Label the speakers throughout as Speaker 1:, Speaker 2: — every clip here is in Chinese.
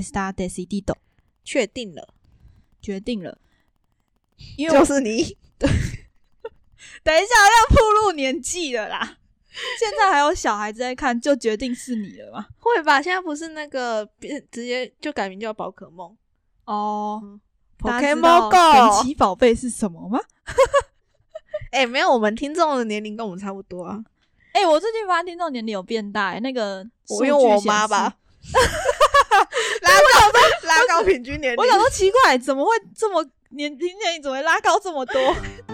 Speaker 1: está decidido，
Speaker 2: 确定了，
Speaker 1: 决定了。因为我
Speaker 2: 就是你。
Speaker 1: 等一下要暴露年纪了啦，现在还有小孩子在看，就决定是你了嘛？
Speaker 2: 会吧？现在不是那个变直接就改名叫宝可梦
Speaker 1: 哦大家知道
Speaker 2: Pokemon Go
Speaker 1: 神。奇宝贝是什么吗？
Speaker 2: 哎、没有，我们听众的年龄跟我们差不多啊。
Speaker 1: 哎、我最近发现听众年龄有变大、欸，那个
Speaker 2: 我
Speaker 1: 用
Speaker 2: 用我妈 吧，拉高拉高平均年龄。
Speaker 1: 我想说奇怪，怎么会这么年平均年龄怎么会拉高这么多？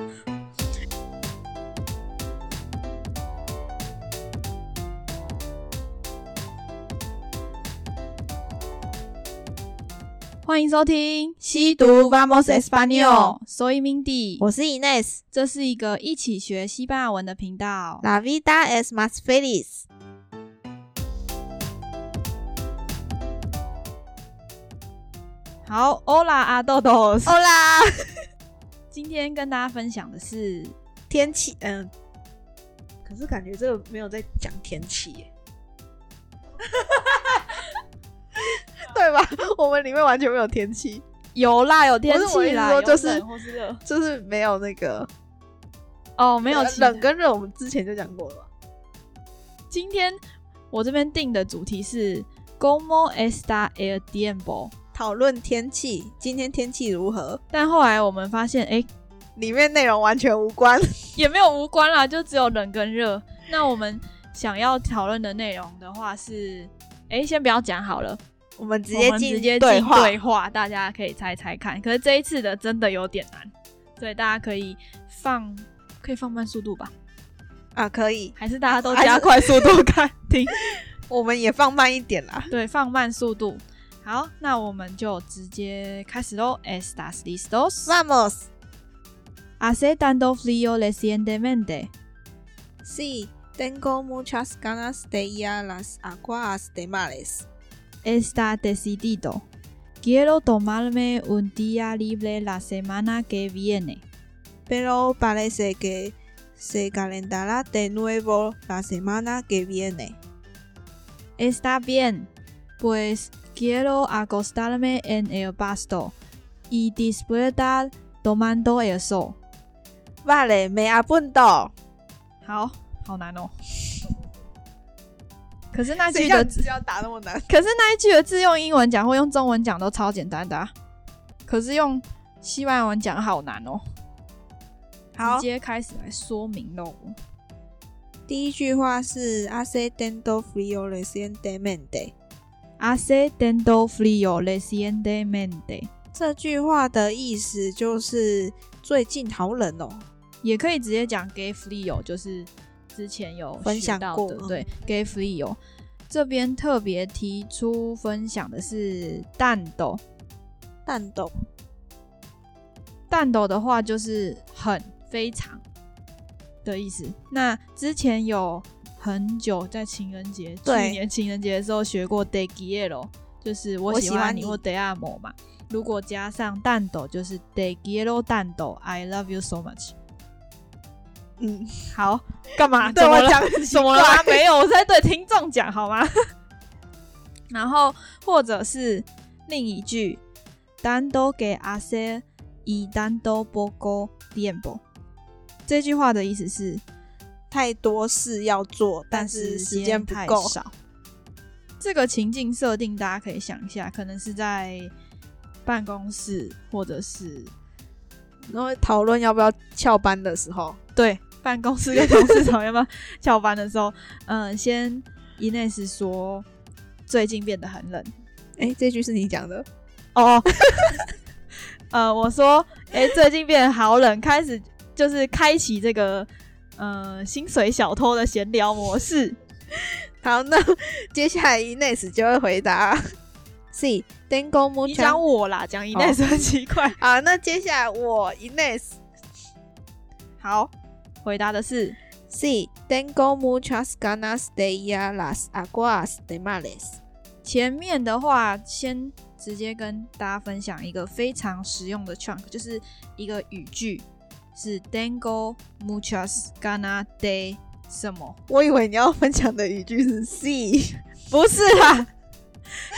Speaker 1: 欢迎收听《西读 Vamos Español》，Soy Mindy，
Speaker 2: 我是 Ines。
Speaker 1: 这是一个一起学西班牙文的频道。
Speaker 2: La vida es más feliz。
Speaker 1: 好，Hola 阿豆豆，
Speaker 2: 好 啦，
Speaker 1: 今天跟大家分享的是
Speaker 2: 天气，嗯、可是感觉这个没有在讲天气耶， 对吧？我们里面完全没有天气，
Speaker 1: 有啦，有天
Speaker 2: 不是我
Speaker 1: 气
Speaker 2: 意思
Speaker 1: 啦，
Speaker 2: 说
Speaker 1: 有
Speaker 2: 就是
Speaker 1: 冷或是热
Speaker 2: 就是没有那个
Speaker 1: 哦，没有
Speaker 2: 呃
Speaker 1: 其
Speaker 2: 冷跟热，我们之前就讲过了嘛。
Speaker 1: 今天我这边定的主题是 “Como está el tiempo”，
Speaker 2: 讨论天气，今天天气如何？
Speaker 1: 但后来我们发现，哎、
Speaker 2: 里面内容完全无关。
Speaker 1: 也没有无关啦，就只有冷跟热。那我们想要讨论的内容的话是，哎、先不要讲好了，
Speaker 2: 我们直
Speaker 1: 我
Speaker 2: 接
Speaker 1: 们
Speaker 2: 进
Speaker 1: 直接进
Speaker 2: 对话。
Speaker 1: 对话，大家可以猜猜看。可是这一次的真的有点难，所以大家可以放，可以放慢速度吧，
Speaker 2: 啊，可以，
Speaker 1: 还是大家都
Speaker 2: 还是
Speaker 1: 加快速度看听？
Speaker 2: 我们也放慢一点啦。
Speaker 1: 对，放慢速度。好，那我们就直接开始喽。Estas listos?
Speaker 2: Vamos,
Speaker 1: Hace tanto frío recientemente.
Speaker 2: sí, tengo muchas ganas de ir a las aguas de mares.
Speaker 1: Está decidido. Quiero tomarme un día libre la semana que viene.
Speaker 2: Pero parece que se calentará de nuevo la semana que viene.
Speaker 1: Está bien. Pues quiero acostarme en el pasto y disfrutar tomando el sol.
Speaker 2: Vale, me apunto.
Speaker 1: 好，好难哦。可是那
Speaker 2: 谁
Speaker 1: 句
Speaker 2: 叫
Speaker 1: 的
Speaker 2: 你
Speaker 1: 字
Speaker 2: 字要打那么难？
Speaker 1: 可是那一句的字用英文讲或用中文讲都超简单的、啊，可是用西班牙文讲好难哦。
Speaker 2: 好
Speaker 1: 直，接开始来说明喽。
Speaker 2: 第一句话是 hace tanto frío recientemente。
Speaker 1: Hace tanto frío recientemente，
Speaker 2: 这句话的意思就是最近好冷哦。
Speaker 1: 也可以直接讲 gay frío，就是之前有
Speaker 2: 分
Speaker 1: 学
Speaker 2: 享
Speaker 1: 到
Speaker 2: 过
Speaker 1: 的，
Speaker 2: 嗯
Speaker 1: 对 gay frío。这边特别提出分享的是蛋斗，
Speaker 2: 但懂
Speaker 1: 蛋斗的话就是很非常的意思。那之前有很久在情人节，去
Speaker 2: 对
Speaker 1: 年情人节的时候学过 de quiero，就是我
Speaker 2: 我
Speaker 1: 喜
Speaker 2: 喜
Speaker 1: 欢
Speaker 2: 欢
Speaker 1: 你
Speaker 2: 你
Speaker 1: 或 de amo 嘛。如果加上蛋斗，就是 de quiero 蛋斗，I love you so much。
Speaker 2: 嗯，
Speaker 1: 好，干嘛？
Speaker 2: 对
Speaker 1: 怎么
Speaker 2: 我
Speaker 1: 了
Speaker 2: 讲很奇
Speaker 1: 什么
Speaker 2: 怪
Speaker 1: 啦？啊没有，我在对听众讲好吗？ 然后或者是另一句，dando que hacer y dando poco tiempo。这句话的意思是，
Speaker 2: 太多事要做，但
Speaker 1: 但
Speaker 2: 是
Speaker 1: 是
Speaker 2: 时间不
Speaker 1: 太
Speaker 2: 够。
Speaker 1: 少。这个情境设定，大家可以想一下，可能是在办公室，或者是
Speaker 2: 然后讨论要不要翘班的时候，
Speaker 1: 对办公室跟同事讨论吗？ 翘班的时候，嗯，先 Ines 说最近变得很冷，
Speaker 2: 哎，这句是你讲的，
Speaker 1: 哦， 呃，我说，哎、最近变得好冷，开始就是开启这个呃薪水小偷的闲聊模式。
Speaker 2: 好，那 接下来 Ines 就会 回答 C Dango
Speaker 1: 你讲
Speaker 2: Mucha。
Speaker 1: 我啦，讲 Ines 很奇怪。
Speaker 2: 好，啊那接下来我 Ines
Speaker 1: 好，回答的是
Speaker 2: C Dango Muchas ganas de ir a las aguas de mares。
Speaker 1: 前面的话，先直接跟大家分享一个非常实用的 chunk，就是一个语句，是 Dango muchas gana de 什么？
Speaker 2: 我以为你要分享的语句是 C，
Speaker 1: 不是啦，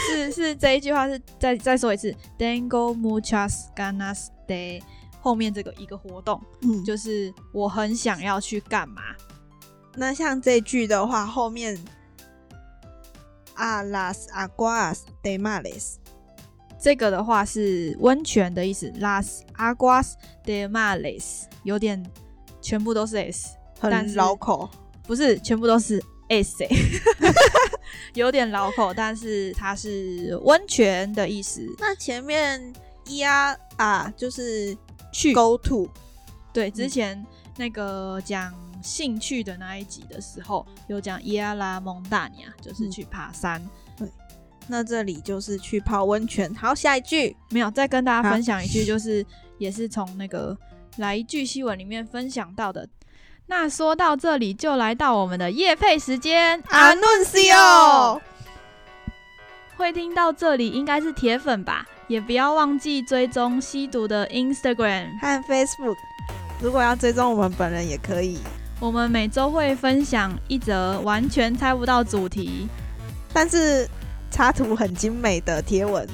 Speaker 1: 是是这一句话是再再说一次，Tengo muchas ganas de 后面这个一个活动，
Speaker 2: 嗯，
Speaker 1: 就
Speaker 2: 就
Speaker 1: 是我很想要去干嘛。
Speaker 2: 那像这句的话，后面 a las aguas de mares，
Speaker 1: 这个的话是温泉的意思，Las aguas de mares，有点全部都是 s，但
Speaker 2: 很
Speaker 1: 是
Speaker 2: 绕口。
Speaker 1: 不是全部都是 s，、欸、 有点老口，但是它是温泉的意思。
Speaker 2: 那前面 i a 啊，就是
Speaker 1: 去
Speaker 2: go to，
Speaker 1: 对，之前那个讲兴趣的那一集的时候，有讲伊阿拉蒙大尼亚，就是去爬山。
Speaker 2: 那这里就是去泡温泉。好，下一句，
Speaker 1: 没有，再跟大家
Speaker 2: 好
Speaker 1: 分享一句，就是也是从那个来一句西文里面分享到的。那说到这里，就来到我们的夜配时间
Speaker 2: 阿嫩西哦，
Speaker 1: 会听到这里应该是铁粉吧，也不要忘记追踪吸毒的 Instagram。
Speaker 2: 和 Facebook，如果要追踪我们本人也可以，
Speaker 1: 我们每周会分享一则完全猜不到主题，
Speaker 2: 但是插图很精美的贴文。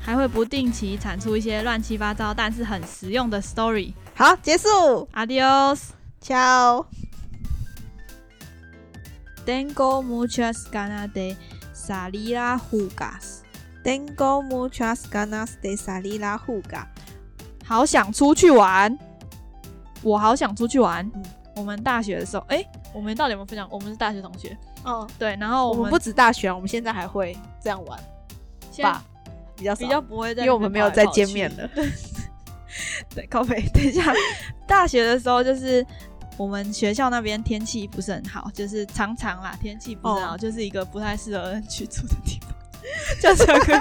Speaker 1: 还会不定期产出一些乱七八糟但是很实用的 story。
Speaker 2: 好，结束
Speaker 1: Adios。
Speaker 2: ，ciao。
Speaker 1: Tengo muchas ganas de salir a jugar。
Speaker 2: Tengo muchas ganas de salir a jugar。
Speaker 1: 好想出去玩，我好想出去玩。
Speaker 2: 嗯
Speaker 1: 我们大学的时候，哎、我们到底有没有分享？我们是大学同学，
Speaker 2: 嗯，
Speaker 1: 对。然后啊
Speaker 2: 我
Speaker 1: 我们
Speaker 2: 们不止大学，我们现在还会这样玩
Speaker 1: 现在
Speaker 2: 吧，比较少
Speaker 1: 比较不会在，
Speaker 2: 因为我们没有再见面。 了。
Speaker 1: 对，靠北，等一下，大学的时候就是我们学校那边天气不是很好，就是常常啦，天气不是很好，
Speaker 2: 哦
Speaker 1: 就是一个不太适合人居住的地方， 就是会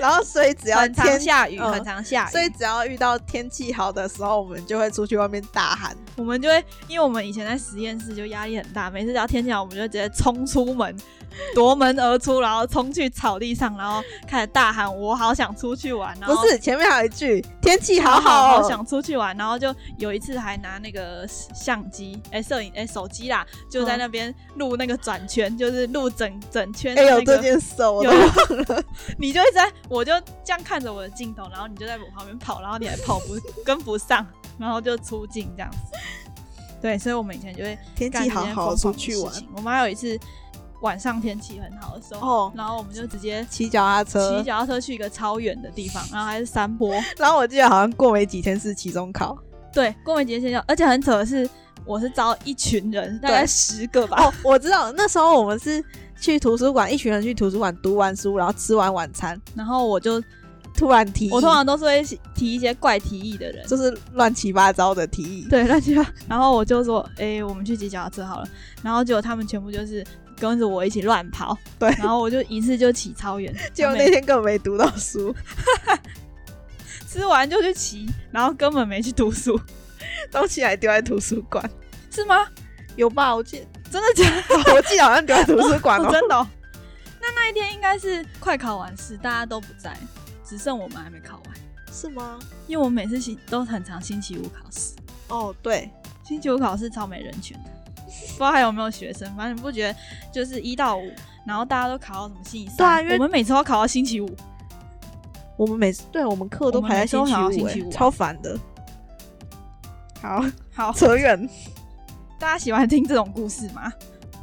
Speaker 2: 然后，所以 只要
Speaker 1: 很常
Speaker 2: 天，
Speaker 1: 下雨，
Speaker 2: 嗯
Speaker 1: 很常下雨，
Speaker 2: 所以只要遇到天气好的时候，我们就会出去外面大喊。
Speaker 1: 我们就会，因为我们以前在实验室就压力很大，每次只要天气好，我们就直接冲出门，夺门而出，然后冲去草地上，然后开始大喊：“我好想出去玩！”然
Speaker 2: 不
Speaker 1: 后
Speaker 2: 是，前面还有一句天气
Speaker 1: 好
Speaker 2: 好
Speaker 1: 好
Speaker 2: 好
Speaker 1: 好
Speaker 2: 哦，
Speaker 1: 想出去玩，然后就有一次还拿那个相机，哎、摄影，哎、手机啦，就
Speaker 2: 嗯
Speaker 1: 在那边录那个转圈，就是录整整圈、
Speaker 2: 哎
Speaker 1: 那
Speaker 2: 呦
Speaker 1: 个
Speaker 2: 这件事我都
Speaker 1: 有， 你就一直在，我就这样看着我的镜头，然后你就在我旁边跑，然后你还跑不跟不上，然后就出镜这样子。对，所以我们以前就会
Speaker 2: 天
Speaker 1: 干
Speaker 2: 气
Speaker 1: 这些
Speaker 2: 好
Speaker 1: 疯
Speaker 2: 好
Speaker 1: 狂
Speaker 2: 出
Speaker 1: 的
Speaker 2: 去
Speaker 1: 事
Speaker 2: 玩
Speaker 1: 情。我们还有一次晚上天气很好的时候，
Speaker 2: 哦，
Speaker 1: 然后我们就直接
Speaker 2: 骑脚踏
Speaker 1: 骑
Speaker 2: 车。
Speaker 1: 脚踏车去一个超远的地方，然后还是山坡。
Speaker 2: 然后我记得好像过没几天是期中考，
Speaker 1: 对，郭美洁先生，而且很扯的是，我是招一群人，大概
Speaker 2: 对
Speaker 1: 十个吧。
Speaker 2: 哦，我知道那时候我们是去图书馆，一群人去图书馆读完书，然后吃完晚餐，
Speaker 1: 然后我就，
Speaker 2: 突然提议，
Speaker 1: 我通常都是会提一些怪提议的人，
Speaker 2: 就是乱七八糟的提议。
Speaker 1: 对，乱七八。然后我就说，哎、我们去骑脚踏车好了。 然后结果他们全部就是跟着我一起乱跑，
Speaker 2: 对
Speaker 1: 然后我就一次就骑超 远，
Speaker 2: 结果
Speaker 1: 每
Speaker 2: 那天根本没读到书，
Speaker 1: 吃完就去骑，然后根本没去读书，
Speaker 2: 东西还丢在图书馆。
Speaker 1: 是吗？
Speaker 2: 有吧？我记得，
Speaker 1: 真的假的？
Speaker 2: 我记得好像丢在图书 馆
Speaker 1: 哦
Speaker 2: 哦。
Speaker 1: 真的、哦。那那一天应该是快考完试，大家都不在，只剩我们还没考完。
Speaker 2: 是吗？
Speaker 1: 因为我们每次星都很常星期五考试，
Speaker 2: 哦，对，
Speaker 1: 星期五考试超没人权的，不知道还有没有学生。反正你不觉得就是一到五，然后大家都考到什么星期三？
Speaker 2: 对啊因为
Speaker 1: 我们每次都考到星期五，
Speaker 2: 我们每次对我们课都
Speaker 1: 我们
Speaker 2: 排在
Speaker 1: 每次都
Speaker 2: 星期
Speaker 1: 排到
Speaker 2: 五、
Speaker 1: 星
Speaker 2: 欸
Speaker 1: 期五啊
Speaker 2: 超烦的。好，
Speaker 1: 好，
Speaker 2: 扯远。
Speaker 1: 大家喜欢听这种故事吗？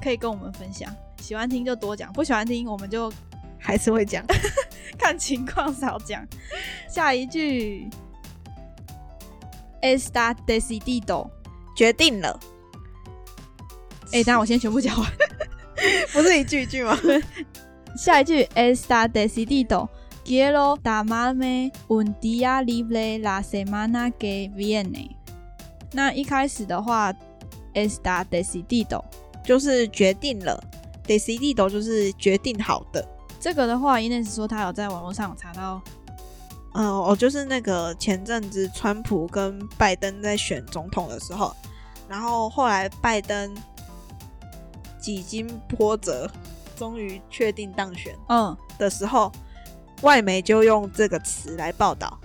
Speaker 1: 可以跟我们分享，喜欢听就多讲，不喜欢听我们就
Speaker 2: 还是会讲。
Speaker 1: 看情况少讲。下一句，está decidido。
Speaker 2: 决定了，
Speaker 1: 哎、等一下我先全部讲完。
Speaker 2: 不是一句一句吗？
Speaker 1: 下一句，está decidido。Quiero tomarme un día libre la semana que viene。那一开始的话，está decidido。
Speaker 2: 就是决定了，decidido 就是决定好的。
Speaker 1: 这个的话，Ines 说她有在网络上有查到，
Speaker 2: 嗯、呃，我就是那个前阵子川普跟拜登在选总统的时候，然后后来拜登几经波折，终于确定当选
Speaker 1: 嗯，
Speaker 2: 的时候，外媒就用这个词来报道，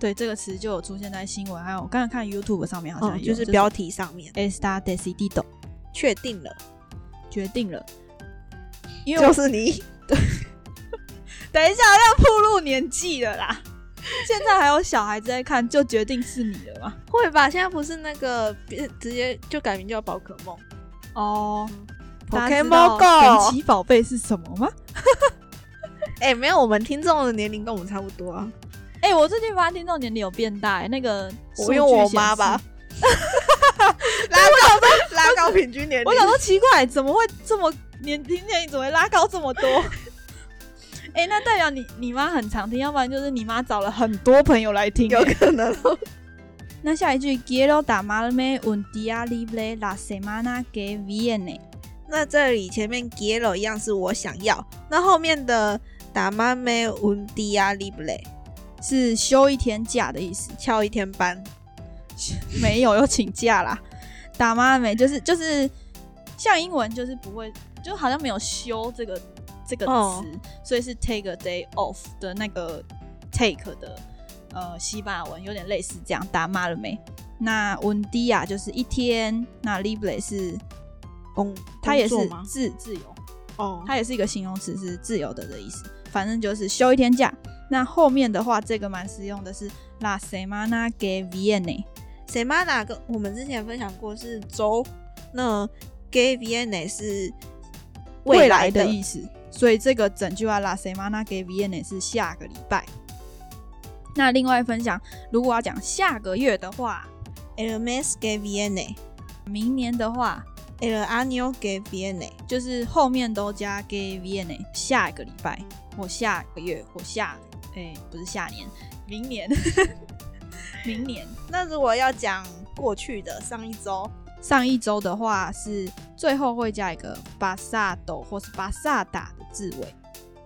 Speaker 1: 对，这个词就有出现在新闻，还有我刚才看 YouTube 上面好像
Speaker 2: 嗯，
Speaker 1: 有
Speaker 2: 就是标哎题上面
Speaker 1: está decidido
Speaker 2: 确定了，
Speaker 1: 决定了，因为我
Speaker 2: 就是你
Speaker 1: 等一下，要暴露年纪了啦！现在还有小孩子在看，就决定是你了吗？
Speaker 2: 会吧？现在不是那个别直接就改名叫宝可梦
Speaker 1: 哦、大家知道
Speaker 2: Pokemon
Speaker 1: 神
Speaker 2: Go？
Speaker 1: 奇宝贝是什么吗？
Speaker 2: 哎、没有，我们听众的年龄跟我们差不多啊。
Speaker 1: 哎、我最近发现听众年龄有变大、欸，那个
Speaker 2: 我用我妈吧， 拉高拉高平均年
Speaker 1: 我想说奇怪，怎么会这么年龄年龄怎么会拉高这 么多？哎、那代表你你妈很常听，要不然就是你妈找了很多朋友来听、
Speaker 2: 有可能哦。
Speaker 1: 那下一句 “Quiero tomarme un día libre la semana que viene”，
Speaker 2: 那这里前面 quiero 一样是我想要，那后面的打妈妹 un día libre
Speaker 1: 是休一天假的意思。
Speaker 2: 翘一天班，
Speaker 1: 没有，要请假啦。打妈没，就是就是像英文就是不会，就好像没有休这个这个词，
Speaker 2: 哦
Speaker 1: 所以是 take a day off 的那个 take 的呃西班牙文有点类似这样。打妈了没？那 un día 就是一天，那 libre 是
Speaker 2: 工
Speaker 1: 它也是
Speaker 2: 哦工作吗？
Speaker 1: 自自由，
Speaker 2: 哦，
Speaker 1: 它也是一个形容词，是自由的的意思。反正就是休一天假。那后面的话，这个蛮实用的是 la semana que viene。
Speaker 2: semana 跟我们之前分享过是周，那 gay viene 是
Speaker 1: 未来
Speaker 2: 来
Speaker 1: 的意思。所以这个整句话 la semana que viene 是下个礼拜。那另外分享，如果要讲下个月的话，
Speaker 2: el mes gay viene
Speaker 1: 明年的话，
Speaker 2: el año gay viene
Speaker 1: 就是后面都加 que viene，下一个礼拜或下个月或下，哎、不是下年，明年， 明年。
Speaker 2: 那如果要讲过去的上一周，
Speaker 1: 上一周的话是最后会加一个巴萨斗或是巴萨达的字尾。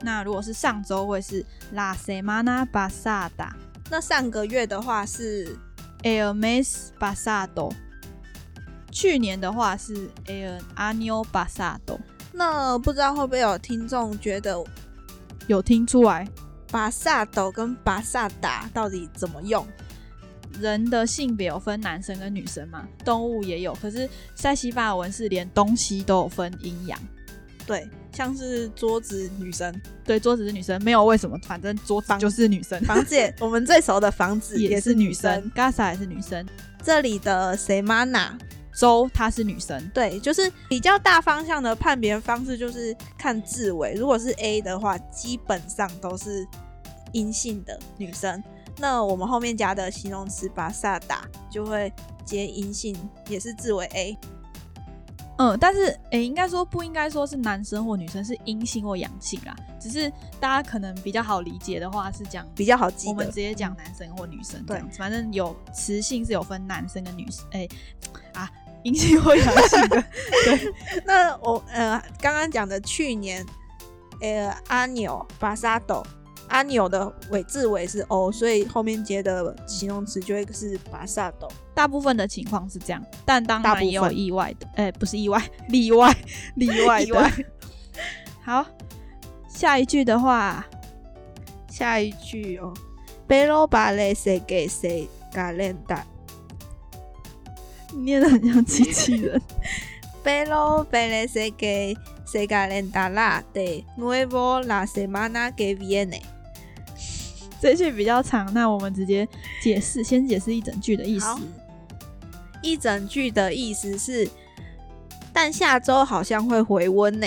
Speaker 1: 那如果是上周会是 la semana pasada。
Speaker 2: 那上个月的话是
Speaker 1: El mes pasado。去年的话是 El año pasado。
Speaker 2: 那不知道会不会有听众觉得
Speaker 1: 有听出来？
Speaker 2: 巴萨斗跟巴萨达到底怎么用？
Speaker 1: 人的性别有分男生跟女生嘛，动物也有，可是在西班牙文是连东西都有分阴阳。
Speaker 2: 对，像是桌子女生，
Speaker 1: 对，桌子是女生，没有为什么，反正桌子
Speaker 2: 房
Speaker 1: 就是女生，
Speaker 2: 房子也我们最熟的 房子也
Speaker 1: 是
Speaker 2: 是
Speaker 1: 女
Speaker 2: 女
Speaker 1: 生
Speaker 2: 生。
Speaker 1: ，Gasa 也是女生，
Speaker 2: 这里的 semana，
Speaker 1: 周她是女生，
Speaker 2: 对，就是比较大方向的判别方式就是看字尾，如果是 A 的话，基本上都是阴性的女生。那我们后面加的形容词巴萨达就会接阴性，也是字尾 A。
Speaker 1: 嗯，但是诶、应该说不应该说是男生或女生，是阴性或阳性啦。只是大家可能比较好理解的话是讲
Speaker 2: 比较好记
Speaker 1: 我们
Speaker 2: 得嗯
Speaker 1: 直。接讲男生或女生这
Speaker 2: 对
Speaker 1: 样子，反正有雌性是有分男生跟女生，哎、啊，阴性或阳性的，
Speaker 2: 那我呃刚刚讲的去年，呃阿纽巴萨斗阿纽的尾字尾是 o，所以后面接的形容词就会是巴萨斗。
Speaker 1: 大部分的情况是这样，但当
Speaker 2: 大
Speaker 1: 然
Speaker 2: 部分
Speaker 1: 也有意外的，哎、不是意外，例外，例外
Speaker 2: 意
Speaker 1: 的
Speaker 2: 外。
Speaker 1: 好，下一句的话，
Speaker 2: 下一句哦，Pero para se que se calenta，Pero
Speaker 1: 念的很像机器人。
Speaker 2: para se que se calentará de nuevo la semana que viene。
Speaker 1: 这句比较长，那我们直接解释，先解释一整句的意思。
Speaker 2: 好一整句的意思是，但下周好像会回温呢、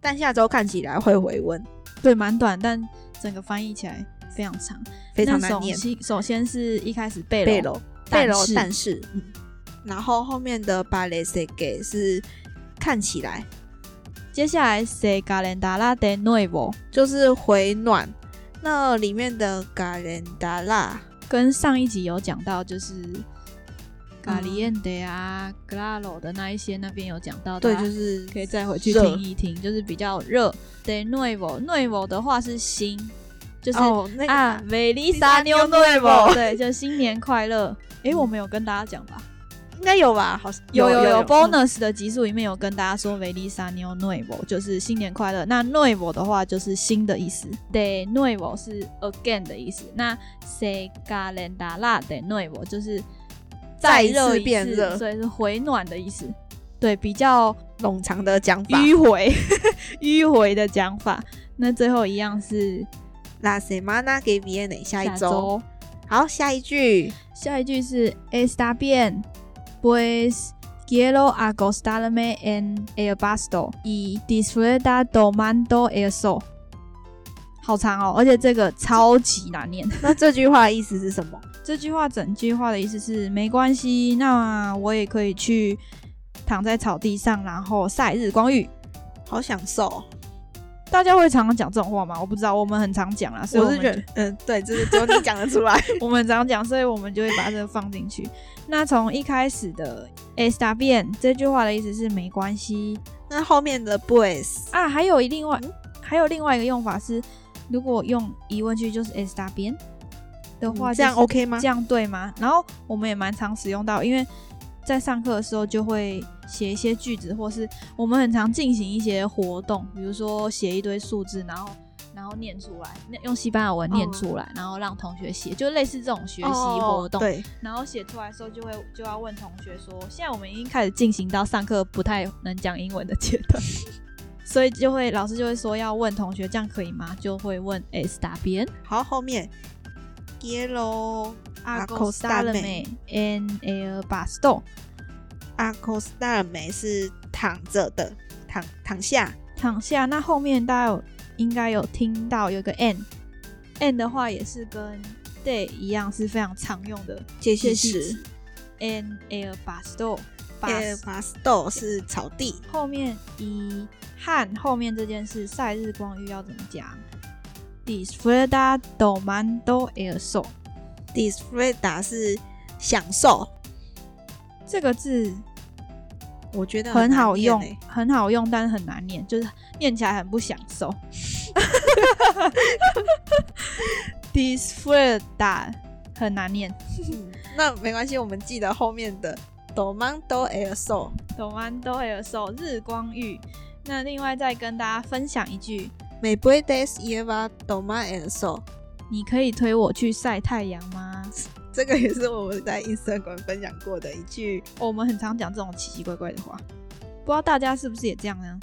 Speaker 2: 但下周看起来会回温，
Speaker 1: 对，蛮短，但整个翻译起来非常长，
Speaker 2: 非常
Speaker 1: 那
Speaker 2: 难
Speaker 1: 首
Speaker 2: 念。
Speaker 1: 先首先是一开始背
Speaker 2: 贝
Speaker 1: 篓
Speaker 2: 楼，贝楼
Speaker 1: 哦但是，
Speaker 2: 但是，嗯，然后后面的巴雷塞给是看起来
Speaker 1: 接下来 se calendara de nuevo，
Speaker 2: 就是回暖，那里面的嘎连达拉，
Speaker 1: 跟上一集有讲到，就是
Speaker 2: 嗯
Speaker 1: caliente 啊、claro 的那一些，那边有讲到，
Speaker 2: 对，
Speaker 1: 大
Speaker 2: 就
Speaker 1: 家
Speaker 2: 是
Speaker 1: 可以再回去
Speaker 2: 热
Speaker 1: 听一听，就是比较热。de nuevo，nuevo 的话是新，就是、
Speaker 2: 哦那个
Speaker 1: 啊
Speaker 2: 啊，
Speaker 1: ，Feliz Año Nuevo，对，就新年快乐。诶，我们有跟大家讲吧？
Speaker 2: 应该有吧？好像
Speaker 1: 有有
Speaker 2: 有
Speaker 1: 有
Speaker 2: 嗯
Speaker 1: bonus 的集数里面有跟大家说 Feliz Año Nuevo 就是新年快乐。那 Nuevo 的话就是新的意思，De Nuevo 是 again 的意思。那 Se Calendara De Nuevo 就是
Speaker 2: 再一次
Speaker 1: 热
Speaker 2: 变热
Speaker 1: 所以是回暖的意思。对，比较
Speaker 2: 冗长的讲法，
Speaker 1: 迂回迂回的讲法。那最后一样是
Speaker 2: La semana que viene，下一周。，好，下一句。
Speaker 1: 下一句是 Está bien, pues quiero acostarme en el pasto y disfrutar tomando el sol。好长哦，而且这个超级难念。
Speaker 2: 那这句话的意思是什么？
Speaker 1: 这句话整句话的意思是没关系，那我也可以去躺在草地上，然后晒日光浴。
Speaker 2: 好享受。哦
Speaker 1: 大家会常常讲这种话吗？我不知道，我们很常讲啦，啊所以
Speaker 2: 我是
Speaker 1: 们
Speaker 2: 觉
Speaker 1: 就
Speaker 2: 得，嗯，对，就是只有 你讲得出来。
Speaker 1: 我们常讲，所以我们就会把这个放进去。那从一开始的 “está bien” 这句话的意思是没关系
Speaker 2: 那后面的 boys
Speaker 1: 啊，还有一另
Speaker 2: 嗯
Speaker 1: 外还有另外一个用法是，如果用疑问句就是 “está bien” 的话、
Speaker 2: 嗯这样 OK 吗
Speaker 1: 这？样对吗？然后我们也蛮常使用到，因为在上课的时候就会写一些句子，或是我们很常进行一些活动，比如说写一堆数字，然后然后念出来，那用西班牙文念出来，然后让同学写，就类似这种学习活动。
Speaker 2: 嗯哦对，
Speaker 1: 然后写出来的时候就会就要问同学说，现在我们已经开始进行到上课不太能讲英文的阶段。 所以就会老师就会说要问同学这样可以吗？就会问 S 打边，
Speaker 2: 好，后面 yellow
Speaker 1: acostarme en el basto，
Speaker 2: acostarme 是躺着的，躺躺下。
Speaker 1: 躺下。那后面大家有应该有听到有个 n，n 的话也是跟 day 一样是非常常用的
Speaker 2: 介
Speaker 1: 介
Speaker 2: 系
Speaker 1: 系
Speaker 2: 词
Speaker 1: 词。en el basto。
Speaker 2: 呃
Speaker 1: bas-
Speaker 2: b a s t o 是草地。
Speaker 1: 后面一和后面这件事晒日光浴要怎么讲？Disfruta tomando el sol。
Speaker 2: disfruta 是享受，
Speaker 1: 这个字
Speaker 2: 我觉得
Speaker 1: 很
Speaker 2: 难
Speaker 1: 好
Speaker 2: 念
Speaker 1: 用
Speaker 2: 欸，
Speaker 1: 很好用，但是很难念，就是念起来很不享受。disfruta 很难念
Speaker 2: 嗯那没关系，我们记得后面的 domando el sol。
Speaker 1: ，tomando el sol 日光浴。那另外再跟大家分享一句，
Speaker 2: Me puedes llevar tomar el sol。
Speaker 1: 你可以推我去晒太阳吗？
Speaker 2: 这个也是我们在 Instagram 分享过的一句。
Speaker 1: 哦我们很常讲这种奇奇怪怪的话，不知道大家是不是也这样呢？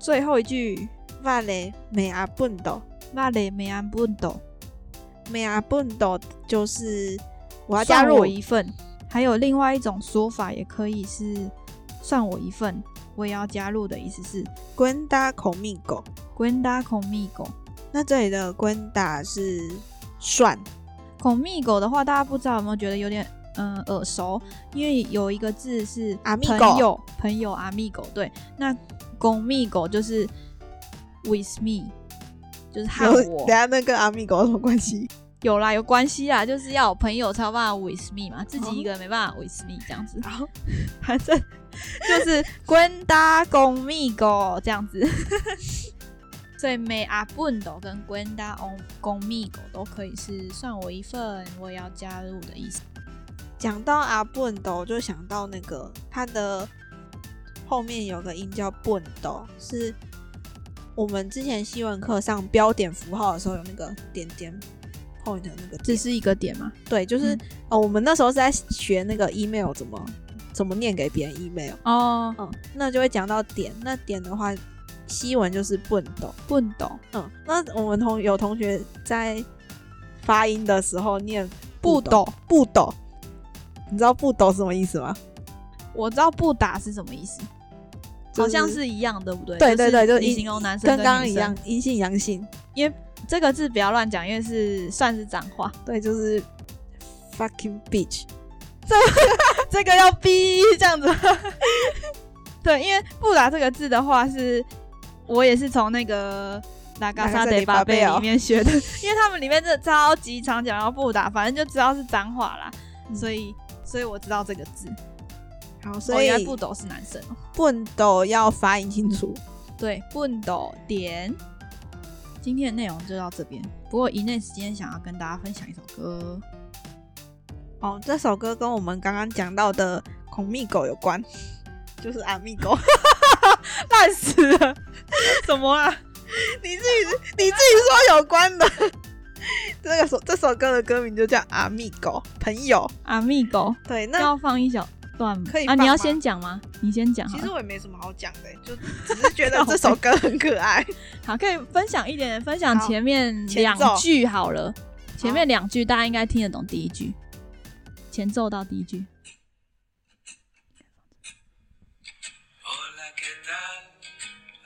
Speaker 1: 最后一句
Speaker 2: Vale, me abundo。
Speaker 1: “vale me a n b u n d o
Speaker 2: me abundo 就是我
Speaker 1: 我
Speaker 2: 要加入
Speaker 1: 我一份。还有另外一种说法，也可以是“算我一份，我也要加入”的意思是
Speaker 2: Guenda conmigo。
Speaker 1: “cuenta conmigo”。
Speaker 2: 那这里的 Guenda 是算，
Speaker 1: conmigo 的话，大家不知道有没有觉得有点嗯耳熟？因为有一个字是
Speaker 2: Amigo
Speaker 1: 朋友，朋友 amigo 对，那 conmigo 就是 with me，就是和
Speaker 2: 有
Speaker 1: 我
Speaker 2: 等。下那跟 amigo 有什么关系？
Speaker 1: 有啦，有关系啦，就是要有朋友才有办法 with me 嘛，自
Speaker 2: 哦
Speaker 1: 己一个人没办法 with me 这样子，
Speaker 2: 好，
Speaker 1: 反正就是滚搭公密狗这样子。 所以 me a b u n d o 跟 Gwenda on 公密狗都可以是算我一份，我也要加入的意思。
Speaker 2: 讲到 abundo 就想到那个它的后面有个音叫 bundo，是我们之前西文课上标点符号的时候有那个点点 point 的那个
Speaker 1: 这
Speaker 2: 字，
Speaker 1: 是一个点嘛？
Speaker 2: 对，就是、
Speaker 1: 嗯
Speaker 2: 哦，我们那时候是在学那个 email 怎么怎么念给别人 email。
Speaker 1: 哦
Speaker 2: 嗯，那就会讲到点。那点的话，西文就是笨斗。
Speaker 1: b u n d o
Speaker 2: 嗯，那我们同有同学在发音的时候念
Speaker 1: 不
Speaker 2: 斗
Speaker 1: 懂，
Speaker 2: 不斗，你知道不斗是什么意思吗？
Speaker 1: 我知道不打是什么意思，
Speaker 2: 就是
Speaker 1: 好像是一样，对不对？
Speaker 2: 对对对，就
Speaker 1: 你
Speaker 2: 阴
Speaker 1: 形容男生
Speaker 2: 跟
Speaker 1: 女
Speaker 2: 刚刚一
Speaker 1: 生
Speaker 2: 样。，阴性阳性。
Speaker 1: 这个字不要乱讲，因为是算是脏话。
Speaker 2: 对，就是 fucking bitch。
Speaker 1: 这个要逼这样子。 对，因为布达这个字的话是，我也是从那个拉嘎萨德巴贝里哦面学的，因为他们里面真的超级常讲到布达，反正就知道是脏话啦，
Speaker 2: 嗯
Speaker 1: 所以所以我知道这个字。
Speaker 2: 好，
Speaker 1: 哦
Speaker 2: 所
Speaker 1: 原
Speaker 2: 以
Speaker 1: 来布斗是男生哦。
Speaker 2: 笨斗要发音清楚。
Speaker 1: 嗯对，笨斗点。今天的内容就到这边，不过一内时间想要跟大家分享一首歌，
Speaker 2: 哦，这首歌跟我们刚刚讲到的孔密狗有关，就是阿密狗。
Speaker 1: 烂死 了，什么啊？
Speaker 2: 你自己你自己说有关的。这个首这首歌的歌名就叫《阿密狗》，朋友。
Speaker 1: 阿密狗
Speaker 2: 对，那
Speaker 1: 要放一首，段
Speaker 2: 可以
Speaker 1: 啊？
Speaker 2: 放
Speaker 1: 你要
Speaker 2: 吗
Speaker 1: 先讲吗？你先讲好
Speaker 2: 其
Speaker 1: 了。
Speaker 2: 实我也没什么好讲的、 就只是觉得这首歌很可爱。
Speaker 1: 好，可以分享一点点，分享
Speaker 2: 好
Speaker 1: 前面
Speaker 2: 前
Speaker 1: 两
Speaker 2: 奏
Speaker 1: 句好了。前面两句大家应该听得懂第一句，前奏到第一句。
Speaker 3: Hola, ¿qué tal?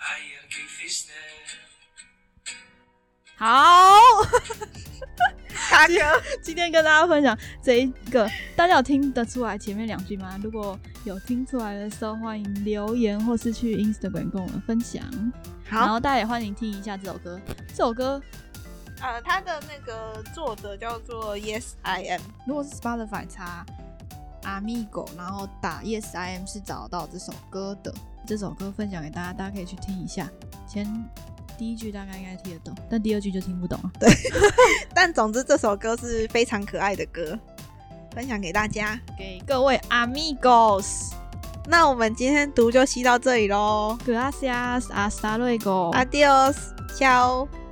Speaker 3: Ayer que hiciste.
Speaker 1: 好，
Speaker 2: 大 哥，
Speaker 1: 今天跟大家分享这一个，大家有听得出来前面两句吗？如果有听出来的时候，欢迎留言或是去 Instagram 跟我们分享。然
Speaker 2: 好，
Speaker 1: 后大家也欢迎听一下这首歌，这首歌
Speaker 2: 呃，他的那个作者叫做 Yes I Am，
Speaker 1: 如果是 Spotify 查 Amigo，然后打 Yes I Am 是找得到这首歌的。这首歌分享给大家，大家可以去听一下。前第一句大概应该听得懂，但第二句就听不懂了。
Speaker 2: 但总之这首歌是非常可爱的歌，分享给大家。
Speaker 1: 给各位 Amigos，
Speaker 2: 那我们今天读就吸到这里喽
Speaker 1: ，Gracias hasta luego，
Speaker 2: ，Adios，ciao。